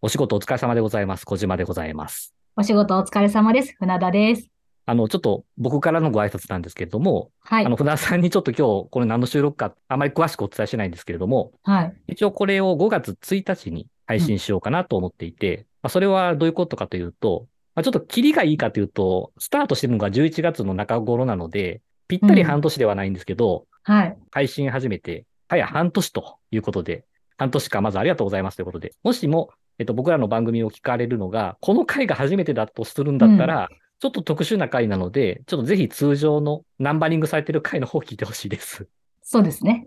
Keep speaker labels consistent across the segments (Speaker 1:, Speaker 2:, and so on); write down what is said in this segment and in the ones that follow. Speaker 1: お仕事お疲れ様でございます。小島でございます。
Speaker 2: お仕事お疲れ様です。船田です。
Speaker 1: あの、ちょっと僕からのご挨拶なんですけれども、
Speaker 2: はい
Speaker 1: あ。の、船田さんにちょっと今日、これ何の収録か、あまり詳しくお伝えしないんですけれども、
Speaker 2: はい。
Speaker 1: 一応これを5月1日に配信しようかなと思っていて、まあ、それはどういうことかというと、まあ、ちょっとキリがいいかというと、スタートしてるのが11月の中頃なので、ぴったり半年ではないんですけど、
Speaker 2: はい。
Speaker 1: 配信始めて、早半年ということで、半年間まずありがとうございますということで、もしも、えっと、僕らの番組を聞かれるのが、この回が初めてだとするんだったら、ちょっと特殊な回なので、ちょっとぜひ通常のナンバリングされてる回の方を聞いてほしいです。
Speaker 2: そうですね。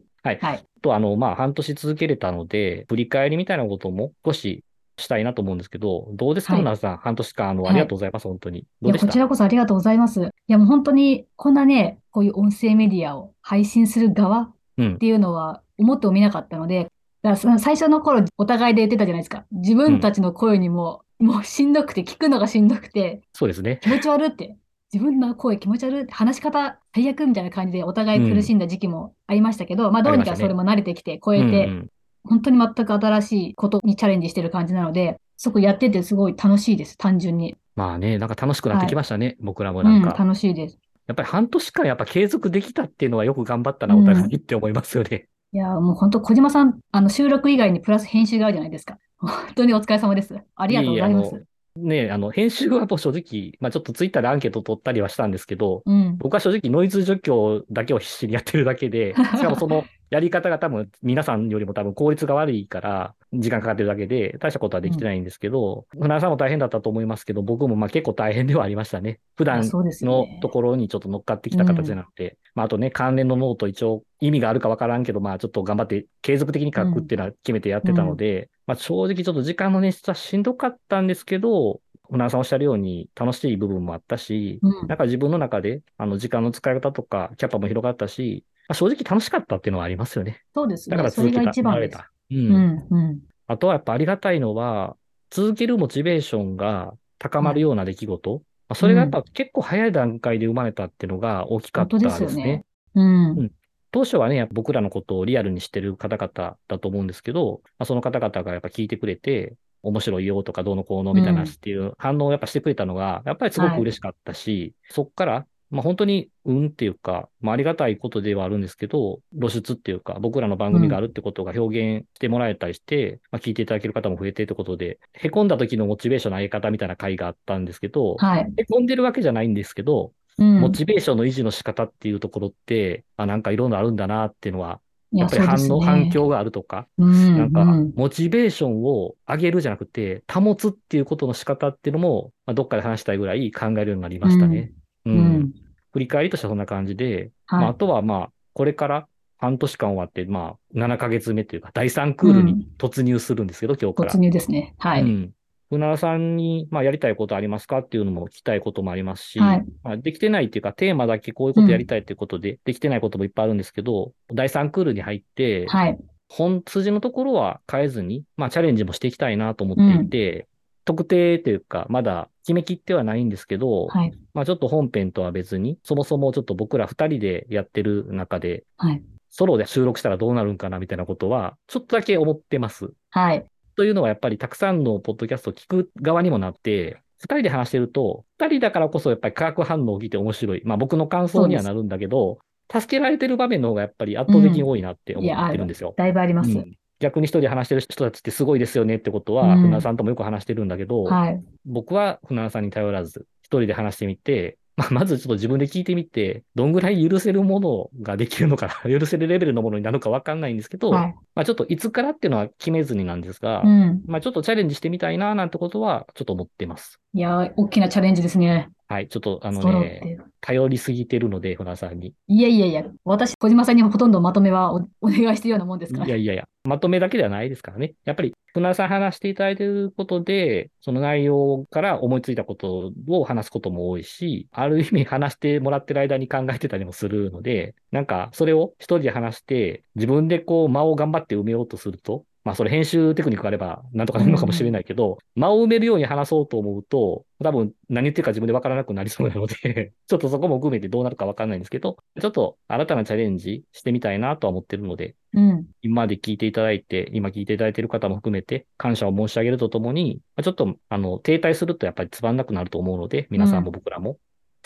Speaker 1: と、あの、まあ、半年続けれたので、振り返りみたいなことも少ししたいなと思うんですけど、どうですか、
Speaker 2: はい
Speaker 1: 村田さん。半年間、あの、
Speaker 2: は
Speaker 1: あ
Speaker 2: い
Speaker 1: りがとうございます。本当に。
Speaker 2: い
Speaker 1: どう
Speaker 2: や、
Speaker 1: でし
Speaker 2: こ
Speaker 1: た
Speaker 2: ちらこそありがとうございます。いや、もう本当に、こんなね、こういう音声メディアを配信する側っ
Speaker 1: うん
Speaker 2: ていうのは思ってもみなかったので、だからその最初の頃、お互いで言ってたじゃないですか。自分たちの声にも、もうしんどくて、聞くのがしんどくて、
Speaker 1: そうですね。
Speaker 2: 気持ち悪って、自分の声気持ち悪って、話し方最悪みたいな感じで、お互い苦しんだ時期もありましたけど、まあ、どうに
Speaker 1: ありま
Speaker 2: か
Speaker 1: した
Speaker 2: そ
Speaker 1: ね
Speaker 2: れも慣れてきて、超え
Speaker 1: うん
Speaker 2: て
Speaker 1: う、ん
Speaker 2: 本当に全く新しいことにチャレンジしてる感じなので、すごくやっててすごい楽しいです、単純に。
Speaker 1: まあね、なんか楽しくなってきましたね。僕らも
Speaker 2: う
Speaker 1: なん
Speaker 2: ん、
Speaker 1: か。
Speaker 2: 楽しいです。
Speaker 1: やっぱり半年間やっぱ継続できたっていうのはよく頑張ったな、
Speaker 2: うん
Speaker 1: お互いって思いますよね。
Speaker 2: いやー、もう本当、小島さん、あの、収録以外にプラス編集があるじゃないですか。本当にお疲れ様です。ありがとうございま
Speaker 1: いえいえ
Speaker 2: す。
Speaker 1: ねえあの、編集はもう正直、まあちょっとツイッターでアンケート取ったりはしたんですけど、
Speaker 2: うん。
Speaker 1: 僕は正直ノイズ除去だけを必死にやってるだけ で、しかもそのやり方が多分皆さんよりも多分効率が悪いから時間かかってるだけで大したことはできてないんですけど、船田さんも大変だったと思いますけど、僕もまあ結構大変ではありましたね。普
Speaker 2: いや
Speaker 1: 段
Speaker 2: そうですよ
Speaker 1: の
Speaker 2: ね。
Speaker 1: ところにちょっと乗っかってきた形なので、まあ、あとね、関連のノート一応意味があるかわからんけど、まあ、ちょっと頑張って継続的に書くっていうのは決めてやってたので、まあ、正直ちょっと時間の捻出はしんどかったんですけど、船田さんおっしゃるように楽しい部分もあったし、
Speaker 2: うん
Speaker 1: なんか自分の中であの時間の使い方とかキャパも広がったし、まあ、正直楽しかったっていうのはありますよね。
Speaker 2: そうです
Speaker 1: だから
Speaker 2: ね。そ
Speaker 1: 続
Speaker 2: れ
Speaker 1: け
Speaker 2: が
Speaker 1: た、
Speaker 2: 一番
Speaker 1: 慣れ
Speaker 2: です。
Speaker 1: た。
Speaker 2: う
Speaker 1: うん
Speaker 2: ん、うん。
Speaker 1: あとはやっぱありがたいのは、続けるモチベーションが高まるような出来事。まあそれがやっぱ結構早い段階で生まれたっていうのが大きかっ
Speaker 2: 本当
Speaker 1: たで
Speaker 2: で
Speaker 1: す
Speaker 2: よ
Speaker 1: すね
Speaker 2: ね。。うん
Speaker 1: うん。当初はね、やっぱ僕らのことをリアルにしてる方々だと思うんですけど、まあ、その方々がやっぱ聞いてくれて、面白いよとかどうのこうのみたいな話っていう反応をやっぱしてくれたのが、やっぱりすご
Speaker 2: は
Speaker 1: く
Speaker 2: い
Speaker 1: 嬉しかったし、そっから、まあ、本当に運っていうか、まあ、ありがたいことではあるんですけど、露出っていうか、僕らの番組があるってことが表現してもらえたりして、まあ、聞いていただける方も増えてってことで、へこんだ時のモチベーションの上げ方みたいな回があったんですけど、
Speaker 2: はい。
Speaker 1: へこんでるわけじゃないんですけど、
Speaker 2: うん。
Speaker 1: モチベーションの維持の仕方っていうところって、あ、なんかいろんなあるんだなっていうのは、
Speaker 2: い
Speaker 1: や
Speaker 2: や、
Speaker 1: っぱり
Speaker 2: そうで
Speaker 1: 反
Speaker 2: す
Speaker 1: 応、
Speaker 2: ね。
Speaker 1: 反響があるとか、
Speaker 2: うん、
Speaker 1: なん
Speaker 2: う
Speaker 1: か
Speaker 2: ん。、
Speaker 1: モチベーションを上げるじゃなくて、保つっていうことの仕方っていうのも、まあ、どっかで話したいぐらい考えるようになりましたね。う。
Speaker 2: うんん。
Speaker 1: 振り返りとしてはそんな感じで、まあ、
Speaker 2: は
Speaker 1: あ
Speaker 2: い。
Speaker 1: とはまあ、これから半年間終わって、まあ、7ヶ月目というか、第3クール
Speaker 2: う
Speaker 1: に
Speaker 2: ん
Speaker 1: 突入するんですけど、今日から
Speaker 2: 突。入ですね。は
Speaker 1: う
Speaker 2: い。
Speaker 1: ん。船田さんに、まあ、やりたいことありますかっていうのも聞きたいこともありますし、
Speaker 2: はい。
Speaker 1: まあ、できてないっていうか、テーマだけこういうことやりたいっていうことで、できてないこともいっぱいあるんですけど、第3クールに入って、
Speaker 2: はい。
Speaker 1: 本筋のところは変えずに、まあ、チャレンジもしていきたいなと思っていて、特定というか、まだ決めきってはないんですけど、
Speaker 2: はい。
Speaker 1: まあ、ちょっと本編とは別に、そもそもちょっと僕ら2人でやってる中で、
Speaker 2: はい。
Speaker 1: ソロで収録したらどうなるんかなみたいなことは、ちょっとだけ思ってます。
Speaker 2: はい。
Speaker 1: というのはやっぱりたくさんのポッドキャストを聞く側にもなって、二人で話してると、二人だからこそやっぱり化学反応を起きて面白い。まあ僕の感想にはなるんだけど、助けられてる場面の方がやっぱり圧倒的に多いなって思ってるんですよ。
Speaker 2: だいぶあります。
Speaker 1: うん逆に一人で話してる人たちってすごいですよねってこと
Speaker 2: う
Speaker 1: は、
Speaker 2: ん
Speaker 1: 船田さんともよく話してるんだけど、
Speaker 2: はい。
Speaker 1: 僕は船田さんに頼らず、一人で話してみて、まあ、まずちょっと自分で聞いてみて、どんぐらい許せるものができるのかな、許せるレベルのものになるのかわかんないんですけど、
Speaker 2: はい。
Speaker 1: まあ、ちょっといつからっていうのは決めずになんですが、
Speaker 2: うん。
Speaker 1: まあ、ちょっとチャレンジしてみたいな、なんてことは、ちょっと思ってます。
Speaker 2: いやー、大きなチャレンジですね。
Speaker 1: はい。ちょっと、あの
Speaker 2: ソロっ
Speaker 1: ね、
Speaker 2: て。
Speaker 1: 頼りすぎてるので、船田さんに。
Speaker 2: いやいやいや、私、小島さんにほとんどまとめはお、お願いしてるようなもんですから。
Speaker 1: いやいやいや、まとめだけではないですからね。やっぱり、船田さん話していただいてることで、その内容から思いついたことを話すことも多いし、ある意味話してもらってる間に考えてたりもするので、なんか、それを一人で話して、自分でこう、間を頑張って埋めようとすると、まあそれ編集テクニックがあればなんとかなるのかもしれないけど、間を埋めるように話そうと思うと、多分何言ってるか自分でわからなくなりそうなのでちょっとそこも含めてどうなるかわかんないんですけど、ちょっと新たなチャレンジしてみたいなとは思ってるので、
Speaker 2: うん。
Speaker 1: 今まで聞いていただいて、今聞いていただいている方も含めて、感謝を申し上げるとともに、まあちょっと、あの、停滞するとやっぱりつまんなくなると思うので、皆さんも僕らも、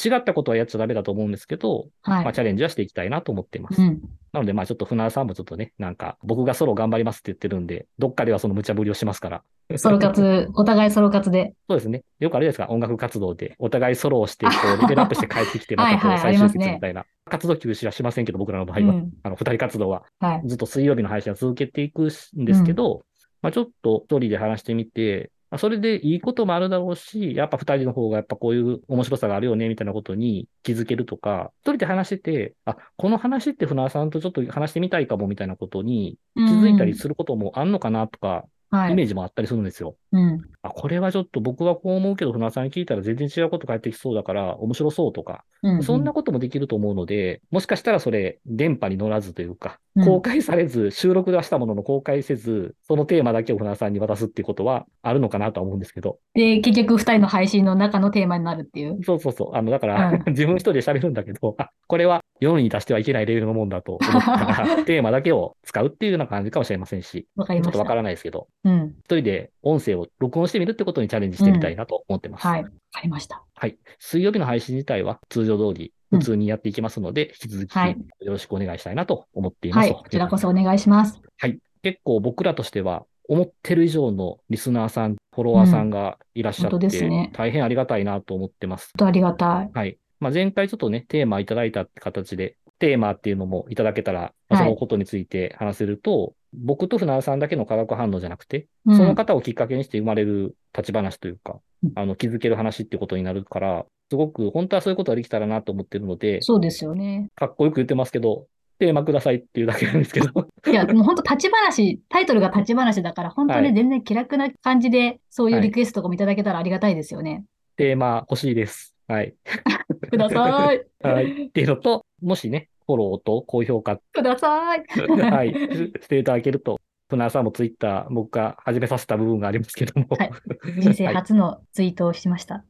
Speaker 1: 違ったことはやっちゃダメだと思うんですけど、
Speaker 2: は
Speaker 1: まあ、
Speaker 2: い。
Speaker 1: チャレンジはしていきたいなと思ってます。
Speaker 2: うん。
Speaker 1: なので、まあ、ちょっと船田さんもちょっとね、なんか、僕がソロ頑張りますって言ってるんで、どっかではその無茶ぶりをしますから。
Speaker 2: ソ ロ活、お互いソロ活で。
Speaker 1: そうですね。よくあれですか、音楽活動で、お互いソロをして、こ う、レベルアップして帰ってきて、ま
Speaker 2: はい
Speaker 1: たこ
Speaker 2: は
Speaker 1: う、
Speaker 2: い
Speaker 1: 最終
Speaker 2: あります
Speaker 1: 節
Speaker 2: ね
Speaker 1: みたいな。活動休止はしませんけど、僕らの場合
Speaker 2: う
Speaker 1: は。
Speaker 2: ん。
Speaker 1: あの、二人活動は。
Speaker 2: はい。
Speaker 1: ずっと水曜日の配信は続けていくんですけど、まあちょっと一人で話してみて、まあそれでいいこともあるだろうし、やっぱ二人の方がやっぱこういう面白さがあるよね、みたいなことに気づけるとか、一人で話してて、あ、この話って船田さんとちょっと話してみたいかも、みたいなことに
Speaker 2: 気
Speaker 1: 気づいたりすることもあんのかなとか、
Speaker 2: は
Speaker 1: イメ
Speaker 2: い。
Speaker 1: ージもあったりするんですよ。
Speaker 2: うん。
Speaker 1: あ、これはちょっと僕はこう思うけど、船田さんに聞いたら全然違うこと返ってきそうだから、面白そうとか、
Speaker 2: うん。
Speaker 1: そんなこともできると思うので、もしかしたらそれ、電波に乗らずというか、
Speaker 2: うん
Speaker 1: 公開されず、収録はしたものの公開せず、そのテーマだけを船田さんに渡すっていうことはあるのかなとは思うんですけど、
Speaker 2: で、結局二人の配信の中のテーマになるっていう。
Speaker 1: そうそうそう、あの、だから、
Speaker 2: う
Speaker 1: 自分一人で喋るんだけど、あ、これは世に出してはいけないレベルのもんだ と思ったら、テーマだけを使うっていうような感じかもしれませんし、
Speaker 2: わか
Speaker 1: ち
Speaker 2: り
Speaker 1: ょ
Speaker 2: ま
Speaker 1: っと
Speaker 2: し
Speaker 1: わか
Speaker 2: た。
Speaker 1: らないですけど、
Speaker 2: うん。
Speaker 1: 一人で音声を録音してみるってことにチャレンジしてみたいなと思ってます。
Speaker 2: はい。わかりました。
Speaker 1: はい。水曜日の配信自体は通常通り普通にやっていきますので、引き続き
Speaker 2: はい
Speaker 1: よろしくお願いしたいなと思っていま
Speaker 2: は
Speaker 1: す。
Speaker 2: い。こちらこそお願いします。
Speaker 1: はい。結構僕らとしては、思ってる以上のリスナーさん、フォロワーさんがいらっしゃ
Speaker 2: うん本当
Speaker 1: っ
Speaker 2: ですね
Speaker 1: て、大変ありがたいなと思ってます。
Speaker 2: 本当ありがたい。
Speaker 1: はい。まあ、前回ちょっとね、テーマいただいたって形で、テーマっていうのもいただけたら、まあそ
Speaker 2: はい
Speaker 1: のことについて話せると、僕と船田さんだけの化学反応じゃなくて、
Speaker 2: うん
Speaker 1: その方をきっかけにして生まれる立ち話というか
Speaker 2: うん、
Speaker 1: あの、気づける話ってことになるから、すごく本当はそういうことができたらなと思ってるので、
Speaker 2: そうですよね。
Speaker 1: かっこよく言ってますけど、テーマくださいっていうだけなんですけど、
Speaker 2: いや、もう本当立ち話、タイトルが立ち話だから、本当
Speaker 1: は
Speaker 2: ね、
Speaker 1: い
Speaker 2: 全然気楽な感じで、そういうリクエストとかもいただけたらありがたいですよ ね。
Speaker 1: テーマ欲しいです。はい。
Speaker 2: ください。
Speaker 1: はい。っていうのと、もしね、フォローと高評 価、
Speaker 2: ください。
Speaker 1: はい、していただけると、船田さんもツイッター、僕が始めさせた部分がありますけども、
Speaker 2: はい人生
Speaker 1: はい
Speaker 2: 初のツイートをしました。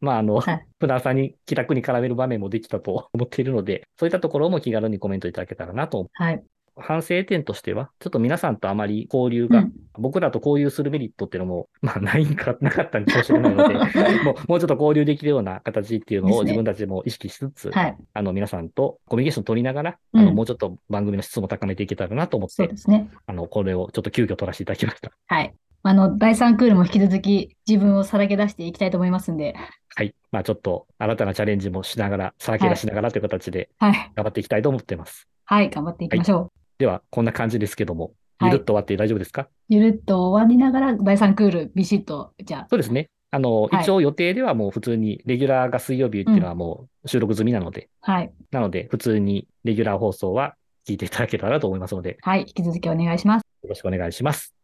Speaker 1: まあ、あの、
Speaker 2: はい
Speaker 1: 船田さんに気楽に絡める場面もできたと思っているので、そういったところも気軽にコメントいただけたらなと思う。
Speaker 2: はい。
Speaker 1: 反省点としては、ちょっと皆さんとあまり交流
Speaker 2: う
Speaker 1: が、
Speaker 2: ん
Speaker 1: 僕らと交流するメリットっていうのも、まあ、ないんか、なかったに等しくないので、もう、もうちょっと交流できるような形っていうの
Speaker 2: です
Speaker 1: を
Speaker 2: ね
Speaker 1: 自分たちも意識しつつ、
Speaker 2: はい。
Speaker 1: あの、皆さんとコミュニケーション取りながら、
Speaker 2: うん
Speaker 1: あの、もうちょっと番組の質も高めていけたらなと思っ
Speaker 2: そう
Speaker 1: て
Speaker 2: で、すね。
Speaker 1: あの、これをちょっと急遽取らせていただきました。
Speaker 2: はい。あの、第3クールも引き続き自分をさらけ出していきたいと思いますんで、
Speaker 1: はい。まあ、ちょっと新たなチャレンジもしながら、さらけ出しながらという形で
Speaker 2: はい。
Speaker 1: 頑張っていきたいと思ってます。
Speaker 2: はい。頑張っていきましょう。
Speaker 1: では、こんな感じですけども、ゆ
Speaker 2: はい
Speaker 1: るっと終わって大丈夫ですか、
Speaker 2: ゆるっと終わりながら、第3クール、ビシッと、じゃあ、
Speaker 1: そうですね。あの、
Speaker 2: はい
Speaker 1: 一応予定ではもう普通に、レギュラーが水曜日っていうのはもう収録済みなので、
Speaker 2: はい。
Speaker 1: なので、普通にレギュラー放送は聞いていただけたらと思いますので、
Speaker 2: はい。引き続きお願いします。
Speaker 1: よろしくお願いします。